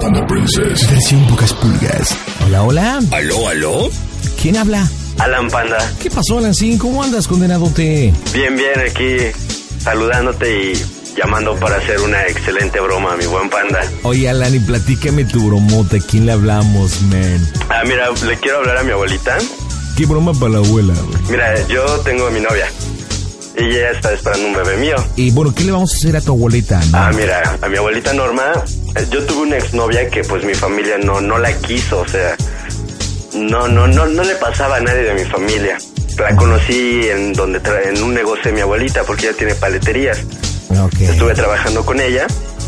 Panda Princess. Versión pocas pulgas. Hola, hola. ¿Aló, aló? ¿Quién habla? Alan Panda, ¿Qué pasó, Lancín? ¿Cómo andas, condenadote? bien, bien aquí saludándote y llamando para hacer una excelente broma, mi buen Panda. Oye, Alan, y platícame tu bromota. ¿A quién le hablamos, man? Ah, mira, le quiero hablar a mi abuelita. ¿Qué broma para la abuela? güey? Mira, yo tengo a mi novia y ella está esperando un bebé mío. Y bueno, ¿qué le vamos a hacer a tu abuelita? no? Ah, mira, a mi abuelita Norma, eh, yo tuve una exnovia que pues mi familia no, no la quiso, o sea, no, no, no, no le pasaba a nadie de mi familia. La conocí en donde tra- en un negocio de mi abuelita porque ella tiene paleterías. Ok. Estuve trabajando con ella.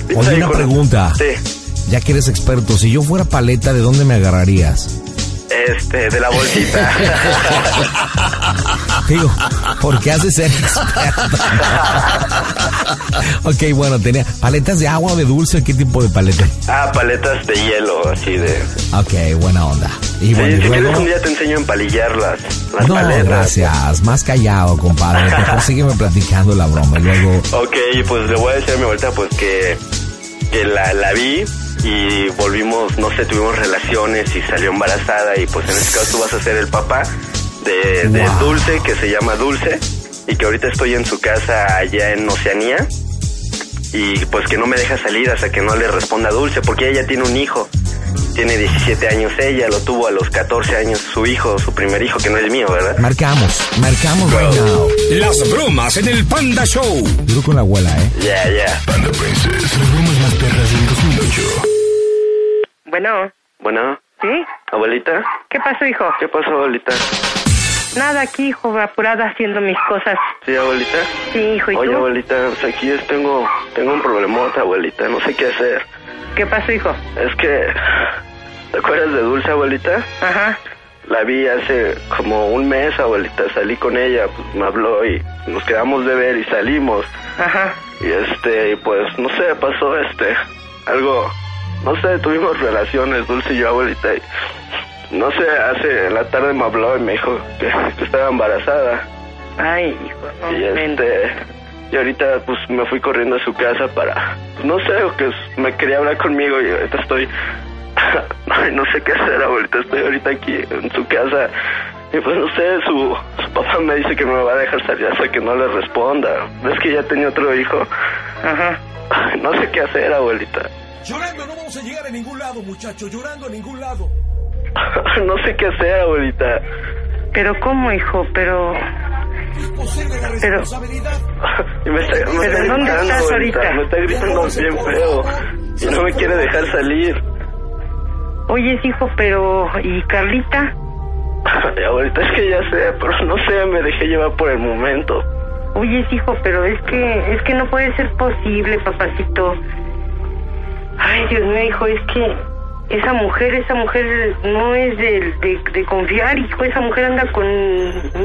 Y, pues, Oye, ahí una con- pregunta. Sí. Ya que eres experto, si yo fuera paleta, ¿de dónde me agarrarías? Este, de la bolsita. Digo, porque has de ser experto. ok, bueno, tenía paletas de agua o de dulce. ¿Qué tipo de paleta? ah, paletas de hielo, así de. Ok, buena onda. Y Sí, bueno, y si luego- quieres un día te enseño a empalillar las, las No, paletas. gracias. Más callado, compadre. Mejor sígueme platicando la broma. Y luego, Ok, pues le voy a decir a mi vuelta pues que, que la, la vi y volvimos, no sé, tuvimos relaciones y salió embarazada y pues en este caso tú vas a ser el papá de, de Wow. Dulce, que se llama Dulce, y que ahorita estoy en su casa allá en Oceanía. Y pues que no me deja salir hasta que no le responda a Dulce, porque ella ya tiene un hijo. Tiene 17 años ella, lo tuvo a los 14 años su hijo, su primer hijo, que no es mío, ¿verdad? Mm. marcamos, marcamos right now. Las bromas en el Panda Show. Duro con la abuela, ¿eh? Ya, ya. Panda Princess. Las bromas más perras del 2008. Bueno, Bueno, ¿sí? abuelita, ¿Qué pasó, hijo? ¿qué pasó, abuelita? Nada aquí, hijo, apurada haciendo mis cosas. Sí, abuelita. Sí, hijo, ¿y Oye, tú? abuelita, pues aquí es- tengo, tengo un problemota, abuelita, no sé qué hacer. ¿Qué pasó, hijo? Es que, ¿te acuerdas de Dulce, abuelita? Ajá. La vi hace como un mes, abuelita, salí con ella, pues, me habló y nos quedamos de ver y salimos. Ajá. Y este, y pues, no sé, pasó este, algo, no sé, tuvimos relaciones, Dulce y yo, abuelita, y no sé, hace, en la tarde me habló y me dijo que- que estaba embarazada. Ay, hijo, no Y me este, y ahorita pues me fui corriendo a su casa para, pues, no sé, que s- me quería hablar conmigo y ahorita estoy, ay, no sé qué hacer ahorita, estoy ahorita aquí en su casa y pues no sé, su, su papá me dice que no me va a dejar salir hasta que no le responda. ¿Ves que ya tenía otro hijo? Ajá. Ay, No sé qué hacer, abuelita. Llorando no vamos a llegar a ningún lado, muchachos, llorando a ningún lado. No sé qué hacer, abuelita. Pero cómo, hijo, pero... Es posible la Pero- responsabilidad. Y me está, me ¿Pero está en dónde gritando, estás abuelita, ahorita? Me está gritando bien feo y no me quiere dejar salir. Oye, hijo, pero... ¿Y Carlita? Ay, Abuelita, es que ya sé, pero no sé, me dejé llevar por el momento. Oye, hijo, pero es que... Es que no puede ser posible, papacito. Ay, Dios mío, hijo, es que... Esa mujer, esa mujer no es de, de, de confiar, hijo. Esa mujer anda con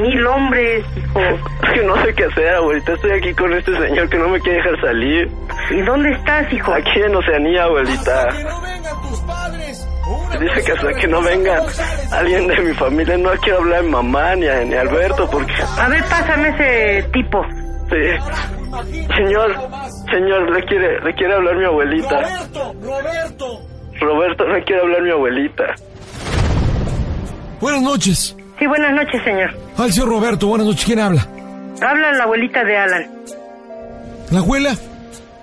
mil hombres, hijo. Es que no sé qué hacer, abuelita. Estoy aquí con este señor que no me quiere dejar salir. ¿Y dónde estás, hijo? Aquí en Oceanía, Hasta abuelita. que no vengan tus padres. o una Dice que hasta persona que no venga responsable, no sales. alguien de mi familia, no quiero hablar a mi mamá ni a, ni a Alberto porque... A ver, pásame ese tipo. Sí. Imagínate Señor, algo más. señor, le quiere, le quiere hablar mi abuelita. Roberto, Roberto. Roberto, le quiere hablar mi abuelita. Buenas noches. Sí, buenas noches, señor. Al señor Roberto, buenas noches. ¿Quién habla? Habla la abuelita de Alan. ¿La abuela?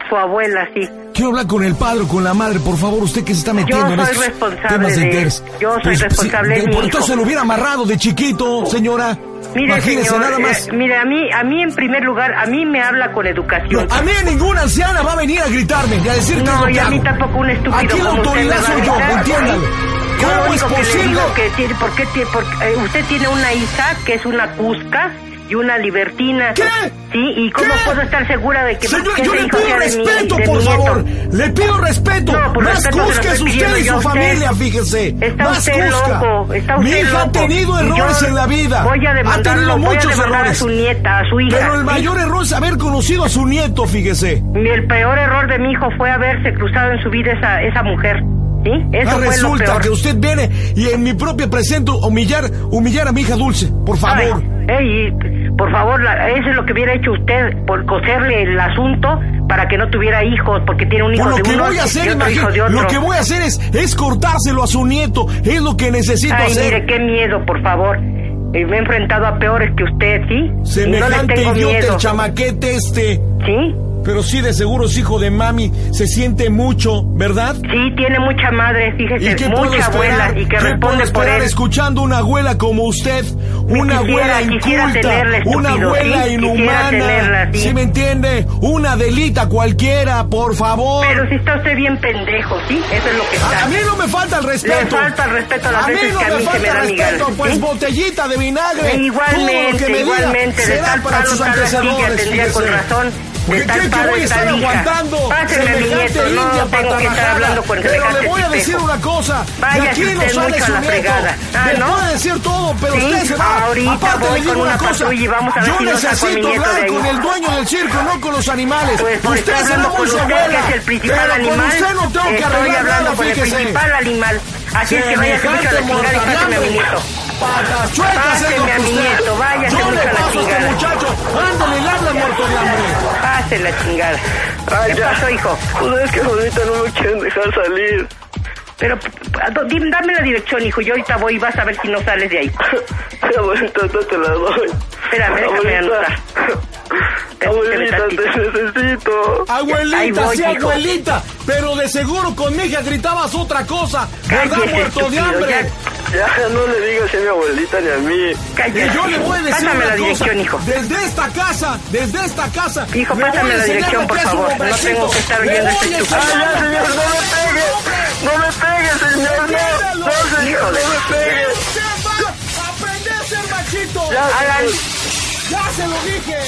Su abuela, sí. Quiero hablar con el padre o con la madre, por favor, usted que se está metiendo en soy estos responsable temas de de- interés. yo soy sí, responsable de mi por hijo. entonces lo hubiera amarrado de chiquito, señora. Mire, Imagínese señor, nada más. eh, mire, a mí, a mí en primer lugar, a mí me habla con No, educación. a mí ninguna anciana va a venir a gritarme y a decir No, que y a mí tampoco un estúpido Aquí la como usted me autoridad va a soy yo, gritar. entiéndalo. Yo lo ¿Cómo es único que le posible? digo que tiene- ¿por qué tiene- por- eh, usted tiene una hija que es una cusca y una libertina. ¿Qué? Sí, ¿y cómo ¿Qué? puedo estar segura de que, Señor, que yo ese le hijo pido sea de mi- respeto, de mi por nieto? favor. Le pido respeto. No, pues me Más usted no se lo cusca es estoy usted pidiendo y yo a su usted. familia, fíjese. Está Más usted cusca. loco, está usted Mi hija ha loco. tenido Y yo errores en la vida. Voy a ha demandarlo, tenido voy a muchos demandar errores. a su nieta, a su hija. Pero el mayor error es haber conocido a su nieto, fíjese. Y el peor error de mi hijo fue haberse cruzado en su vida esa, esa mujer. ¿Sí? Eso Ah, fue lo resulta peor. que usted viene y en mi propia presente humillar, humillar a mi hija Dulce. Por Ay, favor. ey, y, por favor, la- eso es lo que hubiera hecho usted por coserle el asunto para que no tuviera hijos, porque tiene un hijo Por lo de que uno voy a hacer, y otro imagínate, hijo de otro. lo que voy a hacer es, es cortárselo a su nieto, es lo que necesito Ay, hacer. mire, qué miedo, por favor. Eh, Me he enfrentado a peores que usted, ¿sí? Y no le Semejante tengo idiota miedo, el chamaquete este. ¿sí? Pero sí, de seguro es hijo de mami, se siente mucho, ¿verdad? Sí, tiene mucha madre, fíjese, ¿Y qué puedo mucha esperar? abuela, y que ¿Qué puedo responde por esperar él. escuchando una abuela como usted? Una quisiera- abuela quisiera inculta, tenerla, estúpido, una abuela sí, quisiera inhumana, tenerla, sí. me entiende? Una delita cualquiera, por favor. Pero si está usted bien pendejo, ¿sí? Eso es lo que está. A, a mí no me falta el respeto. Le falta el respeto a las A mí veces no que a me mí se me falta da mi respeto, gana, pues ¿sí? botellita de vinagre. Todo lo que Igualmente, me diga igualmente, de será tal para palo, sus tal astilla, antecedores. tendría con fíjese. razón. Porque De tal cree que palo, voy a de estar tal hija. aguantando Pásenme a mi semejante nieto, no, india tengo que estar patarrajada? hablando Pero con le semejante voy a decir espejo. una cosa. de Váyase aquí no usted sale mucho a su la nieto. fregada. Ah, le ¿no? puedo decir todo, pero Sí, usted se va. ahorita Aparte voy le digo con una una cosa. patrulla y vamos a ver Yo si no saco a mi necesito nieto de hablar ahí. con el dueño del circo, no con los animales. Pues por usted estar será hablando muy con su usted, abuela, que es el principal pero con animal. usted no tengo que Estoy arreglar hablando nada, con el fíjese. principal animal. Así es que vaya a Semejante la chingada y pásame a mortalambre. mi nieto. Patas chuecas es lo Páseme a que mi usted. nieto, váyase Yo mucho le a la paso a este chingada. muchacho. Ándale, le habla mortalambre. Pase la chingada. Ay, ¿Qué ya. pasó, hijo? Pues es que ahorita no me quieren dejar salir. Pero p- p- a do- dime- dame la dirección, hijo. Yo ahorita voy y vas a ver si no sales de ahí. Abuelita, no te la doy. Espérame, déjame anotar. Abuelita, Espérame te necesito. Ahí Abuelita, voy, sí, hijo. abuelita. Pero de seguro con mi hija gritabas otra cosa. ¿Verdad, Cállese, muerto de estúpido, hambre? ya. Ya no le digas a mi abuelita ni a mí. Cállate. Y yo le voy a decir Pásame una la cosa. dirección, hijo. Desde esta casa, desde esta casa. Hijo, le voy a pásame la enseñar dirección, lo por que es un favor. No hombrecito. tengo que estar Le oyendo voy este a estúpido. enseñar lo Ya, que es señor, no un me pegues. hombre. No me pegues, señor, no. No, señor, no me pegues. ¡Se va a aprender a ser machito! Ya, Alan, señor. ¡Ya se lo dije!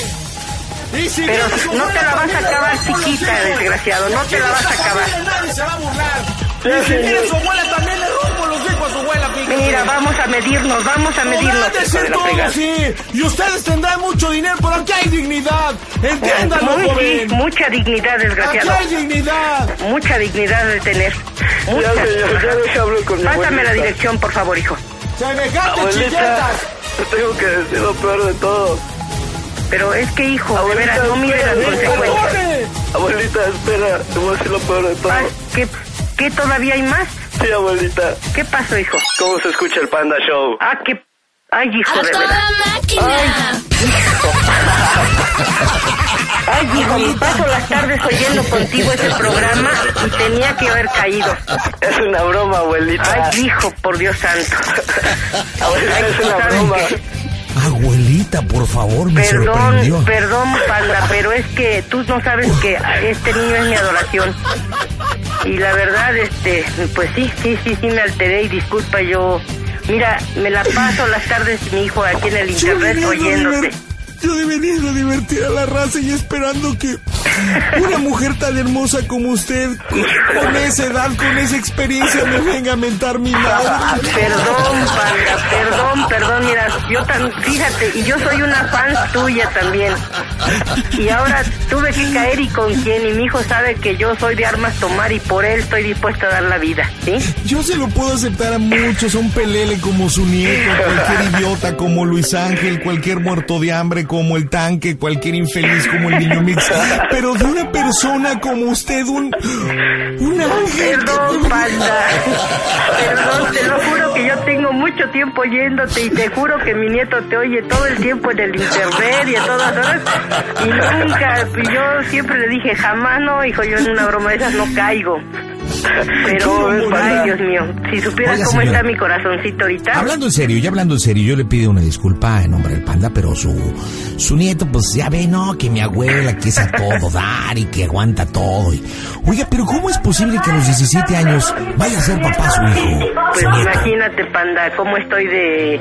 Y si Pero viene su no te abuela, la vas a también le acabar, das por los chiquita, hijos. desgraciado, no Aquí te la en vas a esta acabar. familia Nadie se va a burlar. y Ya, si viene señor. su abuela, también le rompo los hijos a su abuela, fíjate. mira, vamos a medirnos, vamos a medirnos. Podrán hijo de decir la todo, fregada. sí. Y ustedes tendrán mucho dinero, pero aquí hay dignidad. Entiéndanlo, Muy, sí, joven. mucha dignidad, Aquí desgraciado. hay dignidad. Mucha dignidad de tener. Mucha. Ya, señor, ya deja hablar con mi Pásame la abuelita. dirección, por favor, hijo. Semejante Abuelita, chiquetas. te tengo que decir lo peor de todo. Pero es que, hijo, de Abuelita, veras, no mire las espérame. consecuencias. ¡Perdone! Abuelita, espera, te voy a decir lo peor de todo. Ah, ¿Qué, ¿Qué todavía hay más? Sí, abuelita, ¿Qué pasó, hijo? ¿cómo se escucha el Panda Show? Ah, que... Ay, hijo de toda verdad. máquina. Ay, hijo, me paso las tardes oyendo contigo ese programa y tenía que haber caído. Es una broma, abuelita. Ay, hijo, por Dios santo. Abuelita, Ay, es una ¿sabes broma. qué? Abuelita, por favor, me sorprendió. Perdón, perdón, panda, pero es que tú no sabes que este niño es mi adoración. Y la verdad, este, pues sí, sí, sí, sí, me alteré y disculpa, yo. Mira, me la paso las tardes, mi hijo, aquí en el Yo internet viniendo, a oyéndote. diver- yo de venido a divertir a la raza y esperando que una mujer tan hermosa como usted, con esa edad, con esa experiencia, me venga a mentar mi madre. Perdón, panda, perdón, perdón, mira, yo tan, fíjate, y yo soy una fan tuya también. Y ahora tuve que caer y con quien, y mi hijo sabe que yo soy de armas tomar y por él estoy dispuesta a dar la vida, ¿sí? Yo se lo puedo aceptar a muchos, a un pelele como su nieto, a cualquier idiota como Luis Ángel, cualquier muerto de hambre como el tanque, cualquier infeliz como el niño mix. Pero de una persona como usted, un, un ángel. Perdón, panda. Perdón, te lo juro que yo tengo mucho tiempo oyéndote y te juro que mi nieto te oye todo el tiempo en el internet y a todas horas. Y nunca, y yo siempre le dije, jamás no, hijo, yo en una broma de esas no caigo. Pero, Quiero morir. ay, Dios mío, si supieras Oiga, cómo señora. está mi corazoncito ahorita. Hablando en serio, ya hablando en serio, yo le pido una disculpa en nombre del panda, pero su, su nieto, pues ya ve, no, que mi abuela, que es a todo dar y que aguanta todo. y- oiga, pero ¿cómo es posible que a los 17 años vaya a ser papá su hijo? Pues su nieto? imagínate, panda, cómo estoy de,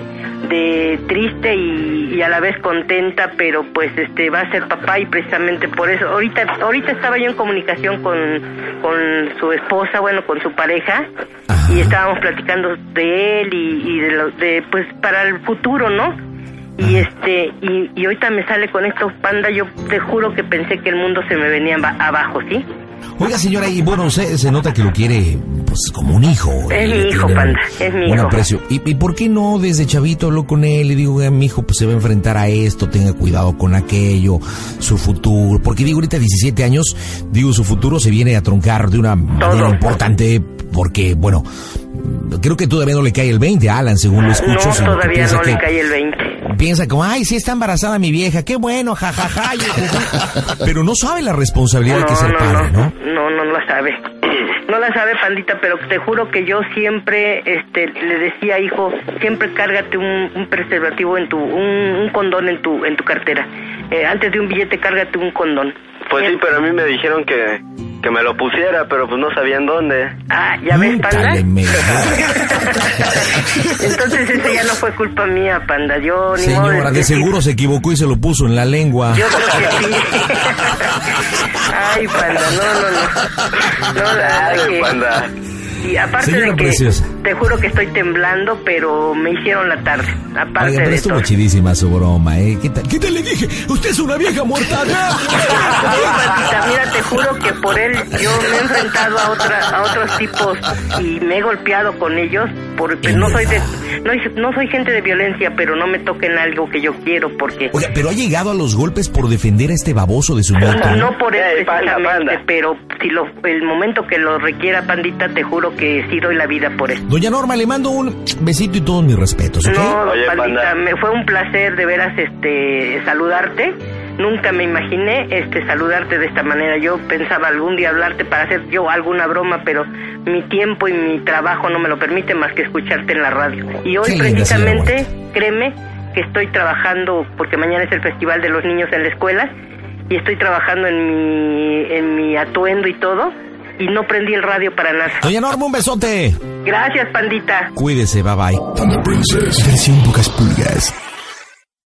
de triste y, y a la vez contenta, pero pues este va a ser papá y precisamente por eso. Ahorita ahorita estaba yo en comunicación con, con su esposa, bueno, con su pareja Ajá. y estábamos platicando de él y, y de, lo- de pues para el futuro, ¿no? Y este y, y ahorita me sale con estos panda, yo te juro que pensé que el mundo se me venía aba- abajo, ¿sí? Oiga, señora, y bueno, se, se nota que lo quiere pues como un hijo. Es Le mi hijo, tiene Panda, es mi buen hijo. aprecio. ¿Y, y por qué no desde chavito habló con él y digo, "Oiga, mi hijo pues, se va a enfrentar a esto, tenga cuidado con aquello, su futuro? Porque digo, ahorita 17 años, digo, su futuro se viene a troncar de una manera importante porque, bueno, creo que todavía no le cae el 20, Alan, según lo escucho. No, sino que todavía piensa no le que- cae el 20. piensa como, ay, sí está embarazada mi vieja, qué bueno, jajaja. Pero no sabe la responsabilidad de que ser padre, ¿no? No, no, no la sabe. No la sabe, pandita, pero te juro que yo siempre este, le decía, hijo, siempre cárgate un, un preservativo en tu, un, un condón en tu, en tu cartera. Eh, antes de un billete, cárgate un condón. Pues sí, pero a mí me dijeron que, que me lo pusiera, pero pues no sabían dónde. Ah, ¿ya ves, panda? Dale, me- Entonces esa ya no fue culpa mía, panda. Yo ni modo Señora, de decir- seguro se equivocó y se lo puso en la lengua. Yo creo que sí. Ay, panda, no, no, no. No, la verdad Ay, que- panda. Y aparte Señora de que preciosa. te juro que estoy temblando, pero me hicieron la tarde. Aparte Oiga, pero de estuvo todo. chidísima su broma, ¿eh? ¿Qué tal, ¿Qué tal le dije? Usted es una vieja mortal. Ay, Patita, mira, te juro que por él yo me he enfrentado a, otra, a otros tipos y me he golpeado con ellos porque Es no soy de, verdad. no, no soy gente de violencia, pero no me toquen algo que yo quiero porque Oiga, pero ha llegado a los golpes por defender a este baboso de su nieto. No por él Ey, panda, precisamente, panda. pero si lo, el momento que lo requiera, pandita, te juro que sí doy la vida por él. Doña Norma, le mando un besito y todos mis respetos, Pues, ¿ok? No, Oye, pandita, panda. me fue un placer de veras este saludarte. Nunca me imaginé este saludarte de esta manera. Yo pensaba algún día hablarte para hacer yo alguna broma, pero mi tiempo y mi trabajo no me lo permite más que escucharte en la radio. Y hoy Qué linda señora precisamente, créeme que estoy trabajando porque mañana es el festival de los niños en la escuela y estoy trabajando en mi en mi atuendo y todo y no prendí el radio para nada. Doña Norma, un besote. Gracias, pandita. Cuídese, bye bye. Thunder Princess. Versión pocas pulgas.